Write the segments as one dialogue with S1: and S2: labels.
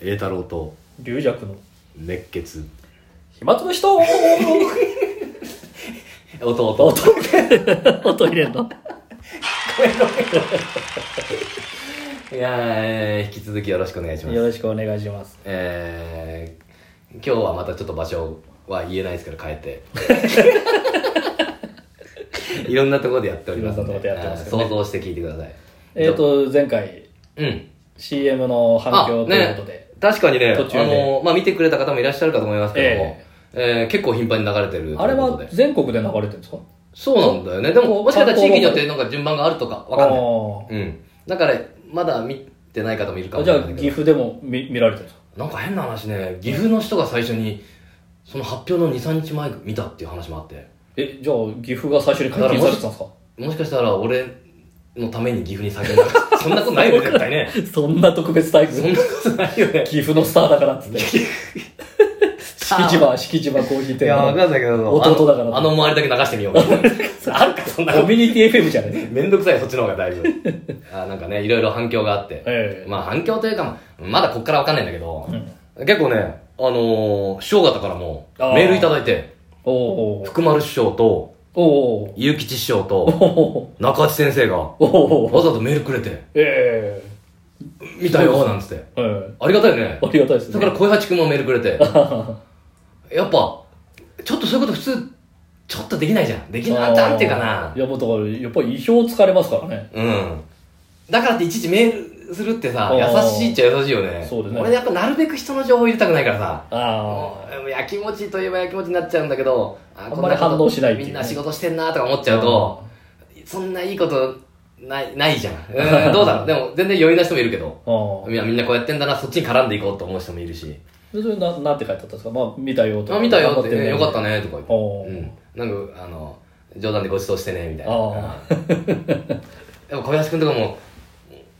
S1: 栄太郎と
S2: 龍尺の
S1: 熱血
S2: 暇つぶ しと
S1: 弟
S2: 音
S3: 音入れんの
S1: いやー引き続きよろしくお願いします
S2: よろしくお願いします
S1: えー、今日はまたちょっと場所は言えないですけど変え ていろんなところでやっております
S2: いろんなところでやってますけどね
S1: 想像して聞いてください
S2: えっ、と前回
S1: うん。
S2: CM の反響ということで、
S1: ね、確かにね、あ
S2: 途中で
S1: の、まあ、見てくれた方もいらっしゃるかと思いますけども、えー結構頻繁に流れてる
S2: あれ
S1: ということ
S2: は
S1: で
S2: 全国で流れてるんですか
S1: そうなんだよね。でも、もしかしたら地域によってなんか順番があるとか、わかんない。
S2: あ
S1: うん。だから、まだ見てない方もいるか
S2: ー
S1: もし
S2: じゃ
S1: れ
S2: あ
S1: ない
S2: 岐
S1: けど、
S2: 阜でも見見られてるんですか
S1: なんか変な話ね、岐阜の人が最初に、その発表の2、3日前見たっていう話もあって、
S2: えじゃあ岐阜が最初に解禁されてたんですか
S1: もしかしたら俺のために岐阜に先に流す そんなことないよね、絶対ね。
S2: そんな特別待
S1: そん
S2: 遇
S1: なことないよね。
S2: 岐阜のスターだからっつって敷地場敷地場コーヒー
S1: い
S2: 店
S1: や、わ
S2: の
S1: かんないけど、
S2: 弟だから
S1: あのあの周りだけ流してみよう。 あるか、そんな
S2: コミュニティ FM じゃないですか
S1: めんどくさい、そっちの方が大丈 夫。あなんかね、いろいろ反響があって。
S2: ええ
S1: まあ反響というか、まあまだこっからわかんないんだけど、結構ね、あのー、師匠方からも
S2: あー
S1: メールいただいて、
S2: おお
S1: 福丸師匠と、
S2: おお
S1: 結吉師匠
S2: お
S1: と、
S2: お
S1: 中地先生が、
S2: おお
S1: わざとメールくれて、
S2: え
S1: 見たよ、なんつって。
S2: ええ
S1: ありがたいよね
S2: え。ありがたいです
S1: だ
S2: ね
S1: から小八くんもメールくれて、
S2: ら
S1: やっぱ、ちょっとそういうこと普通、ちょっとできないじゃん。
S2: 。
S1: できな、なんていうかない
S2: やもうだからやっぱり意表をつかれますからね
S1: うん。だからっていちいちメールするってさ、
S2: あ
S1: 優
S2: ー
S1: しいっちゃ優しいよね。
S2: そうだね
S1: 俺やっぱなるべく人の情報入れたくないからさ。
S2: ああ
S1: もうやきもちといえばやきもちになっちゃうんだけど、あ
S2: あんまり反応しないっていう
S1: み
S2: ね
S1: んな仕事してんなとか思っちゃうと、そんないいことない、ないじゃん。うん、どうだろう。でも全然余裕な人もいるけど。
S2: ああ
S1: いや、みんなこうやってんだな、そっちに絡んでいこうと思う人もいるし。
S2: でそれななんて書いてあったんですかまあ見たよとか
S1: あ、見たよって
S2: 頑張
S1: ね、よかったね、とか
S2: お
S1: 言って。うん。なんか、あの、冗談でご馳走してね、みたいな。
S2: あ
S1: でも小林君とかも、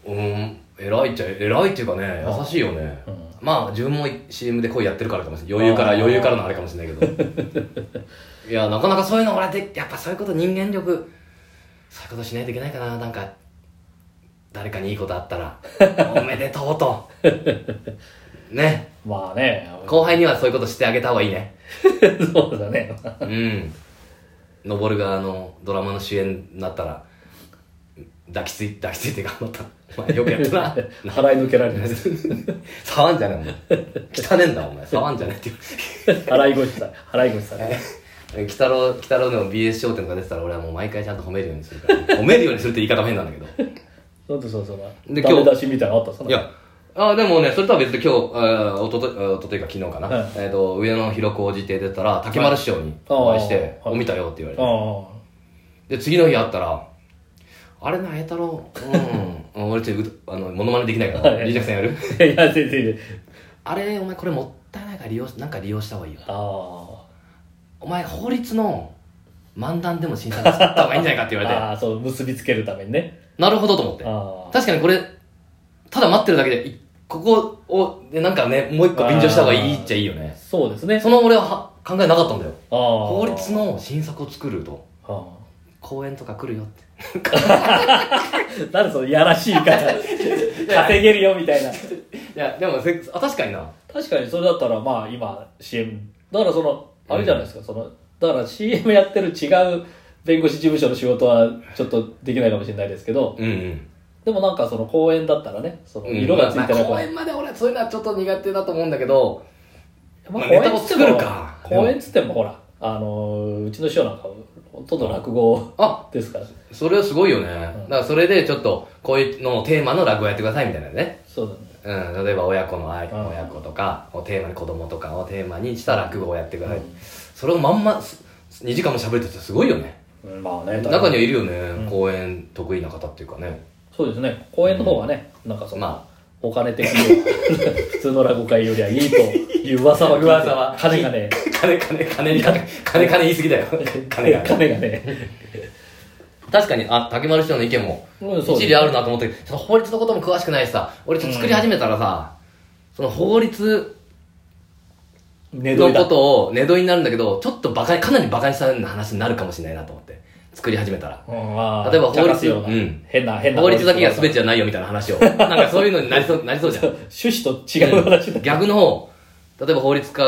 S1: うん、偉いっちゃ偉いっていうかね、優しいよね。
S2: ん
S1: まあ、自分も CM で声やってるからかもしれない。余裕から、
S2: あー
S1: 余裕からのあれかもしれないけど。いや、なかなかそういうの、俺で、やっぱそういうこと人間力、そういうことしないといけないかな、なんか、誰かにいいことあったら、おめでとうと。ね、
S2: まあね
S1: 後輩にはそういうことしてあげた方がいいね。
S2: そうだね
S1: うん。登る側のドラマの主演になったら、抱きつい、抱きついて頑張った。お前よくやったな。
S2: 払い抜けられる
S1: 触んじゃねえ、お前。汚ねえんだ、お前。触んじゃねえって
S2: 払い腰だ払い腰だね
S1: 言う。北郎、北郎でも BS 商店とか出てたら俺はもう毎回ちゃんと褒めるようにするから。褒めるようにするって言い方も変なんだけど。
S2: そうそうそう
S1: で
S2: ダメ
S1: 今日
S2: 出しみたいなのあったんです か
S1: いや、あでもね、それとは別に今日、あーおとと、あーおとといか昨日かな。
S2: はい
S1: えっ、と、上野広小路亭出たら、竹丸師匠にお会いして、
S2: はいあー
S1: お見たよって言われて。
S2: あ
S1: で次の日会ったら「あれな栄太郎うん俺ちょっとあのモノマネできないから
S2: はい
S1: リージャクさんやる
S2: あ いや全然
S1: あれお前これもったいないから利用しなんか利用した方がいいよ
S2: あ
S1: お前法律の漫談でも審査がった方がいいんじゃないか」って
S2: あ
S1: 言 われて
S2: ああそう結びつけるためにね
S1: なるほどと思って
S2: ああ
S1: 確かにこれただ待ってるだけでいここをでなんかねもう一個便乗した方がいいっちゃいいよね
S2: そうですね
S1: その俺はは考えなかったんだよ
S2: ああ
S1: 法律の新作を作ると
S2: ああ
S1: 公演とか来るよって
S2: なんでそのやらしい言い方 稼げるよみたいない
S1: やでもせあ確かにな
S2: 確かにそれだったらまあ今 CM だからそのあれじゃないですか、そのだから CM やってる違う弁護士事務所の仕事はちょっとできないかもしれないですけど
S1: うんうん
S2: でもなんかその公園だったらねその
S1: うん
S2: 色がついてな
S1: ま
S2: い
S1: あ公園まで俺はそういうのはちょっと苦手だと思うんだけど、まあ
S2: 公園
S1: ネタを作るか
S2: つっても公園っつってもほらあのーうちの師匠なんかほとんど落語
S1: あ、
S2: ですから
S1: それはすごいよね。だからそれでちょっと、こういうのをテーマの落語やってくださいみたいなね。
S2: そうだね
S1: うん、例えば親子の愛、
S2: うん
S1: 親子とかをテーマに子供とかをテーマにした落語をやってください。
S2: うん
S1: それをまんま、2時間も喋るってすごいよね。
S2: うんまあね
S1: 中にはいるよね、
S2: ん
S1: 公演得意な方っていうかね。
S2: そうですね公園の方がね、なんかその、
S1: ま
S2: お金的には 普通の落語会よりはいいという噂は聞いて
S1: 噂は
S2: 金がね
S1: あ、 金、金、金に、金、金金言い過ぎ だよ。金が。
S2: 金がね
S1: 確かに、あ、竹丸師匠の意見も
S2: うんそう
S1: 一
S2: です
S1: 理あるなと思ってその法律のことも詳しくないしさ俺ちょっと作り始めたらさ、その法律
S2: 寝
S1: の
S2: 取りだ
S1: ことを寝取りになるんだけどちょっとバカにかなりバカにした話になるかもしれないなと思って作り始めたら。
S2: あー
S1: 例えば法律
S2: 茶化すような
S1: うん
S2: 変な、変な
S1: 法律だけが全て
S2: て
S1: じゃないよみたいな話を。なんかそういうのになりそう、なりそうじゃん。
S2: 趣旨と違う話だ。
S1: 逆の方、例えば法律家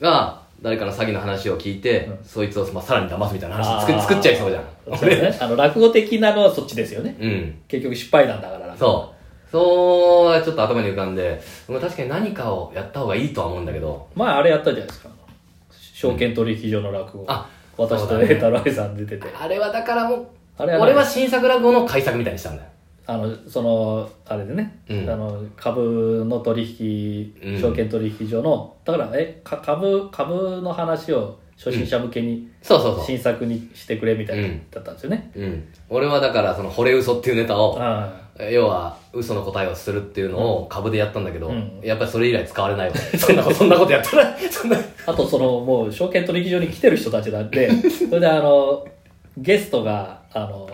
S1: が誰かの詐欺の話を聞いて、そいつをまあさらに騙すみたいな話作
S2: あー
S1: 作っちゃいそうじゃん。
S2: そうですね。あの、落語的なのはそっちですよね。
S1: うん。
S2: 結局失敗談だからな
S1: そう。そうはちょっと頭に浮かんで、まあ確かに何かをやった方がいいとは思うんだけど、
S2: 前あれやったじゃないですか。証券取引所の落語。
S1: あ
S2: 私
S1: そ
S2: と
S1: うだね
S2: 栄太郎さん出てて。
S1: あれはだからもう、
S2: あれはね
S1: 俺は新作落語の改作みたいにしたんだよ。
S2: あの、その、あれでね、
S1: うん
S2: あの、株の取
S1: うん
S2: 引、証券取引所の、だから、え、か株、株の話を初心者向けに、
S1: そうそうそう。
S2: 新作にしてくれみたいな
S1: う、ん
S2: だったんですよね。
S1: うん。俺はだからその、惚れ嘘っていうネタを、
S2: あ
S1: 要は嘘の答えをするっていうのを株でやったんだけど、
S2: うん
S1: やっぱりそれ以来使われないわ そんなことそんなことやったら そんな
S2: ああと、その、もう、証券取引所に来てる人たちなん で、それで、あの、ゲストが、あの、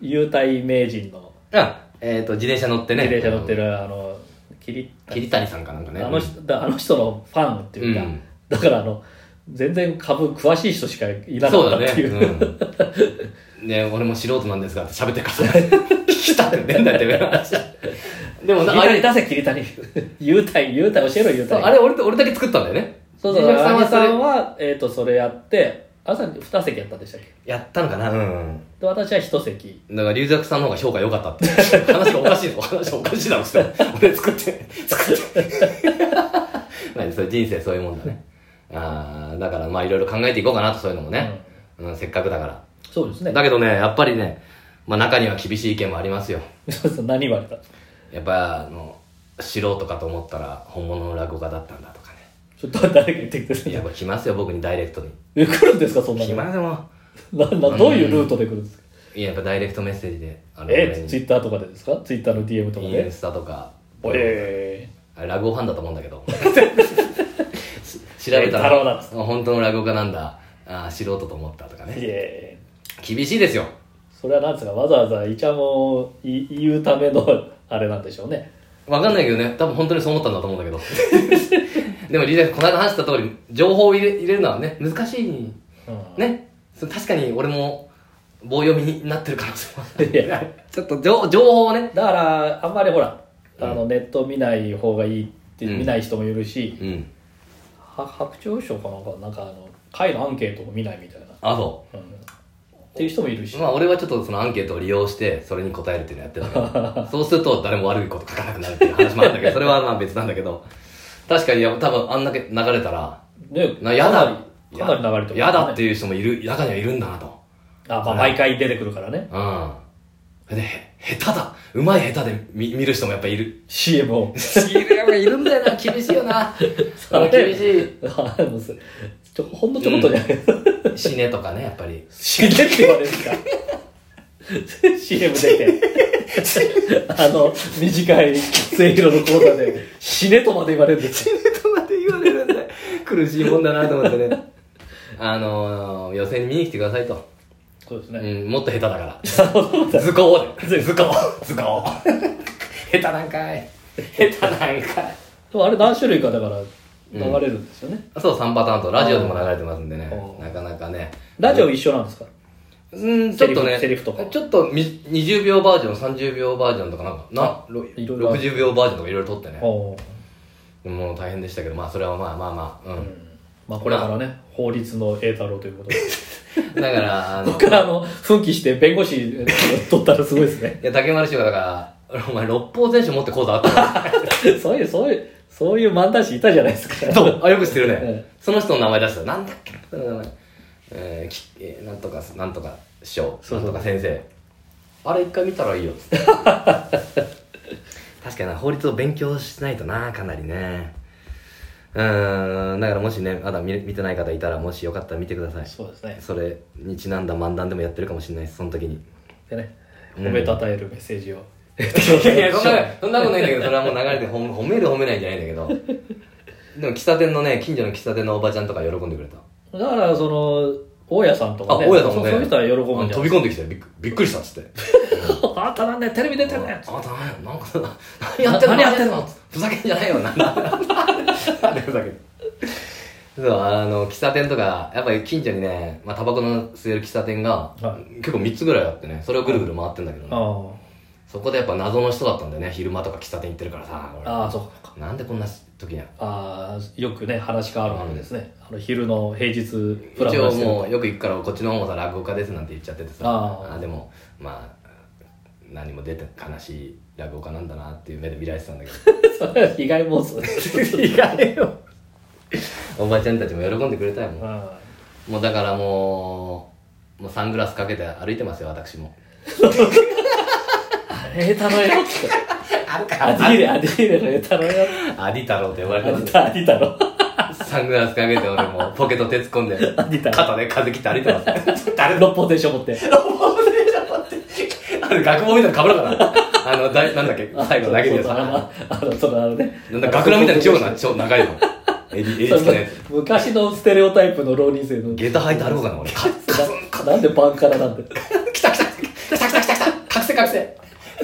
S2: 優待名人の
S1: あえっ、と自転車乗ってね
S2: 自転車乗ってる、あの、桐
S1: 桐谷さんかなんかね
S2: あの人、だあの人のファンっていうか、
S1: うん
S2: だからあの、全然株詳しい人しかいな
S1: そうだ
S2: かった
S1: ね
S2: っていう。
S1: うん、ね俺も素人なんですがって喋ってるから聞きたくねえんだよって話でもな
S2: 桐
S1: あ
S2: 谷
S1: れ
S2: 出せ、桐谷。 優待、優待教えろ、優
S1: そうあ
S2: 待。
S1: れ俺と俺だけ作ったんだよね
S2: そうそう、
S1: 藤崎さんは
S2: さ
S1: それ
S2: さんは、えっ、と、それやって、朝2席やったんでしたっけ
S1: やったのかなうん
S2: で、私は1席。
S1: だから龍作さんの方が評価良かったって話がおかしいの話がおかしいだろそれ俺作って作って 何それ人生そういうもんだねああだからまあいろいろ考えていこうかなとそういうのもね、うんせっかくだから、
S2: そうですね。
S1: だけどねやっぱりね、まあ、中には厳しい意見もありますよ
S2: そうそう、何言われた
S1: やっぱあの素人かと思ったら本物の落語家だったんだとか ね
S2: ちょっと誰か言ってください。
S1: やっぱ来ますよ僕にダイレク トに
S2: え来るんですか、そんな
S1: 来
S2: の。
S1: ます も
S2: なんだ、どういうルートで来るんですか、
S1: いややっぱダイレクトメッセージであの俺
S2: え、
S1: に
S2: ツイッターとかでですかツイッターの DM とか
S1: イン
S2: で。
S1: スタとか
S2: おえ
S1: あれ、落語ファンだと思うんだ けど。し調
S2: え
S1: べ
S2: ー
S1: た
S2: 太郎だ
S1: ら、本当の落語家なんだ。あー素人と思ったとか
S2: ー、
S1: ね。
S2: いえ
S1: 厳しいですよ。
S2: それはなんですかわざわざイチャモンをい言うためのあれなんでしょうね
S1: わかんないけどね、多分本当にそう思ったんだと思うんだけど。 でも、リーダーこの間話した通り、情報を入れ入れるのはね、難しい。
S2: うん
S1: ね。そう確かに俺も棒読みになってる可能性もあ
S2: いや
S1: る。ちょっと情情報をね。
S2: だからあんまりほらあ
S1: うん
S2: のネット見ない方がいいって、
S1: うん
S2: 見ない人もいるし
S1: うん。
S2: は白鳥賞かなんかなんかあの会のアンケートも見ないみたいな、
S1: あ、そ
S2: うんっていう人もいるし
S1: う。まあ俺はちょっとそのアンケートを利用して、それに答えるっていうのをやってるんだけど、そうすると誰も悪いこと書かなくなるっていう話もあるんだけど、それはまあ別なんだけど、確かにいや多分あんだけ流れたら、
S2: ね
S1: なやだ
S2: かなりかなり流れてる
S1: やだって
S2: いう
S1: いう人もいる、中にはいるんだなと。
S2: あ、まあ、毎回出てくるからね
S1: うん。で、へ下手だうまい下手で見見る人もやっぱいる。
S2: CM を
S1: いるやっぱいるんだよな、厳しいよ な。
S2: あれ
S1: 厳しい。
S2: あのそちょほんのちょこっとじゃない、
S1: 死ねとかね、やっぱり。
S2: 死ねって言われるか CM 出てあの短い末広の講座で死ねとまで言われるんです
S1: 死ねとまで言われるんだよ。苦しいもんだなと思ってね。あのー、予選見に来てくださいと。
S2: そうです
S1: う
S2: ね、
S1: ん、もっと下手だから。図工で。図工。図工。下手なんかい。下手なんかい。
S2: でもあれ何種類かだから流れるんですよね、
S1: そう、3パターンと、ラジオでも流れてますんでね
S2: う。ん
S1: なかなかね。
S2: ラジオ一緒なんですか
S1: うん、ちょっとね、
S2: セリフとか
S1: ちょっとみ20秒バージョン、30秒バージョンとかなんか、な、ろ
S2: いろいろある
S1: 60秒バージョンとかいろいろ撮ってね。
S2: おう
S1: もう大変でしたけど、まあそれはまあまあまあ、うん。
S2: まあこれからね法律の栄太郎ということで
S1: だから、あの、い
S2: 僕らあの奮起して弁護士取ったらすごいですね
S1: や、竹丸師匠がだから、お前、六方全書持って講座あったの
S2: そういうそういうそういう漫談師いたじゃないですか
S1: そう、あ、よく知ってる
S2: うん
S1: ね。その人の名前出したら、なんだっけな、その名前。えーきえーなんとか、なんとか師匠、
S2: そ
S1: な
S2: うんそう
S1: とか先生。あれ一回見たらいいよ、つ って。確かにな、法律を勉強しないとな、かなりね。うーん、だからもしね、まだ見見てない方いたら、もしよかったら見てください。
S2: そうですね
S1: それにちなんだ漫談でもやってるかもしれないです、その時に。
S2: でね
S1: うん
S2: 褒めたたえるメッセージを、
S1: いやいや、そんな、そんなことないんだけど、それはもう流れてほん褒める褒めないじゃないんだけ ど。でも喫茶店のね、近所の喫茶店のおばちゃんとか喜んでくれた。
S2: だからその大家さんと
S1: あ、
S2: かね
S1: 大家さんもね。
S2: そうそういう人は喜ぶ
S1: あ
S2: ん
S1: の
S2: じゃ
S1: 飛
S2: ない
S1: び込んできて、びっくびっくりしたっつって。
S2: あんたなんだよテレビ出てるね
S1: あ、あんた何なんか、何やってんの
S2: 何やってんの
S1: ふざけんじゃないよ、なんだ。なんでふざけんのそうあの喫茶店とかやっぱり近所にね、まあ、タバコの吸える喫茶店が、
S2: は
S1: 結構3つぐらいあってねそれをぐるぐる回ってんだけどね、
S2: あ
S1: そこでやっぱ謎の人だったんだよね昼間とか喫茶店行ってるからさ俺
S2: あああそうか
S1: なんでこんな時には
S2: ああよくね話変わるあるですね、あの昼の平日プラ
S1: 一
S2: プラ
S1: 応
S2: してる
S1: もうよく行くからこっちの方もさ落語家ですなんて言っちゃっててさ
S2: ああ
S1: でもまあ何も出て悲しい落語家なんだなっていう目で見られてたんだけ
S2: それは被害妄想です被害よ、
S1: どおばちゃんたちも喜んでくれたよ
S2: う
S1: も
S2: ん、
S1: うもうだからもうもうサングラスかけて歩いてますよ私も
S2: えー、たのよって
S1: ある
S2: アディーレアディーレのえー、たのよって
S1: アディ太郎って呼ばれ
S2: アデ
S1: て
S2: ィ
S1: る
S2: タアディタの
S1: サングラスかけて俺もうポケット手突っ込んで
S2: ディ太郎
S1: 肩で風切って歩いてます誰
S2: 六本テンション持って
S1: あの学帽みたいなの被らなかったあのだいなんだっけ最後投げて
S2: そうそうあの
S1: さ
S2: あのそのあのね
S1: なんだ学ランみたいな超な超長い の襟襟
S2: そ
S1: つけ
S2: うそ
S1: た
S2: う
S1: やつ
S2: 昔のステレオタイプの浪人生の
S1: 下駄履いて歩こうか な俺か
S2: ななんでパンカラなんて
S1: 来た来た来た来た来た来た隠せ隠せ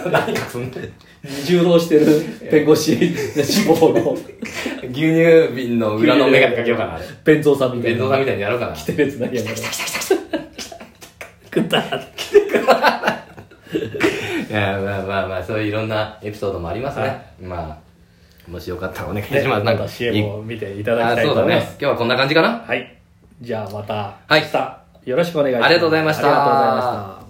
S1: 何隠すんだよ
S2: 二重浪してる弁護士志望の
S1: 牛乳瓶の裏の眼鏡かけようかなあれ
S2: 弁蔵さんみたい
S1: 弁
S2: な
S1: 当さんみたいにやろうかな
S2: 来てるやつなきゃ
S3: くだ
S1: いやまあまあまあそういういろんなエピソードもありますね、
S2: は
S1: まあもしよかったらお願いします、なんか
S2: また CM を見ていただ
S1: あ
S2: きたいと
S1: そう
S2: 思
S1: だ
S2: い
S1: ね
S2: ま
S1: 今
S2: す
S1: 日はこんな感じかな
S2: はいじゃあまた
S1: はい
S2: 明日よろしくお願いします
S1: ありがとうございました
S2: ありがとうございました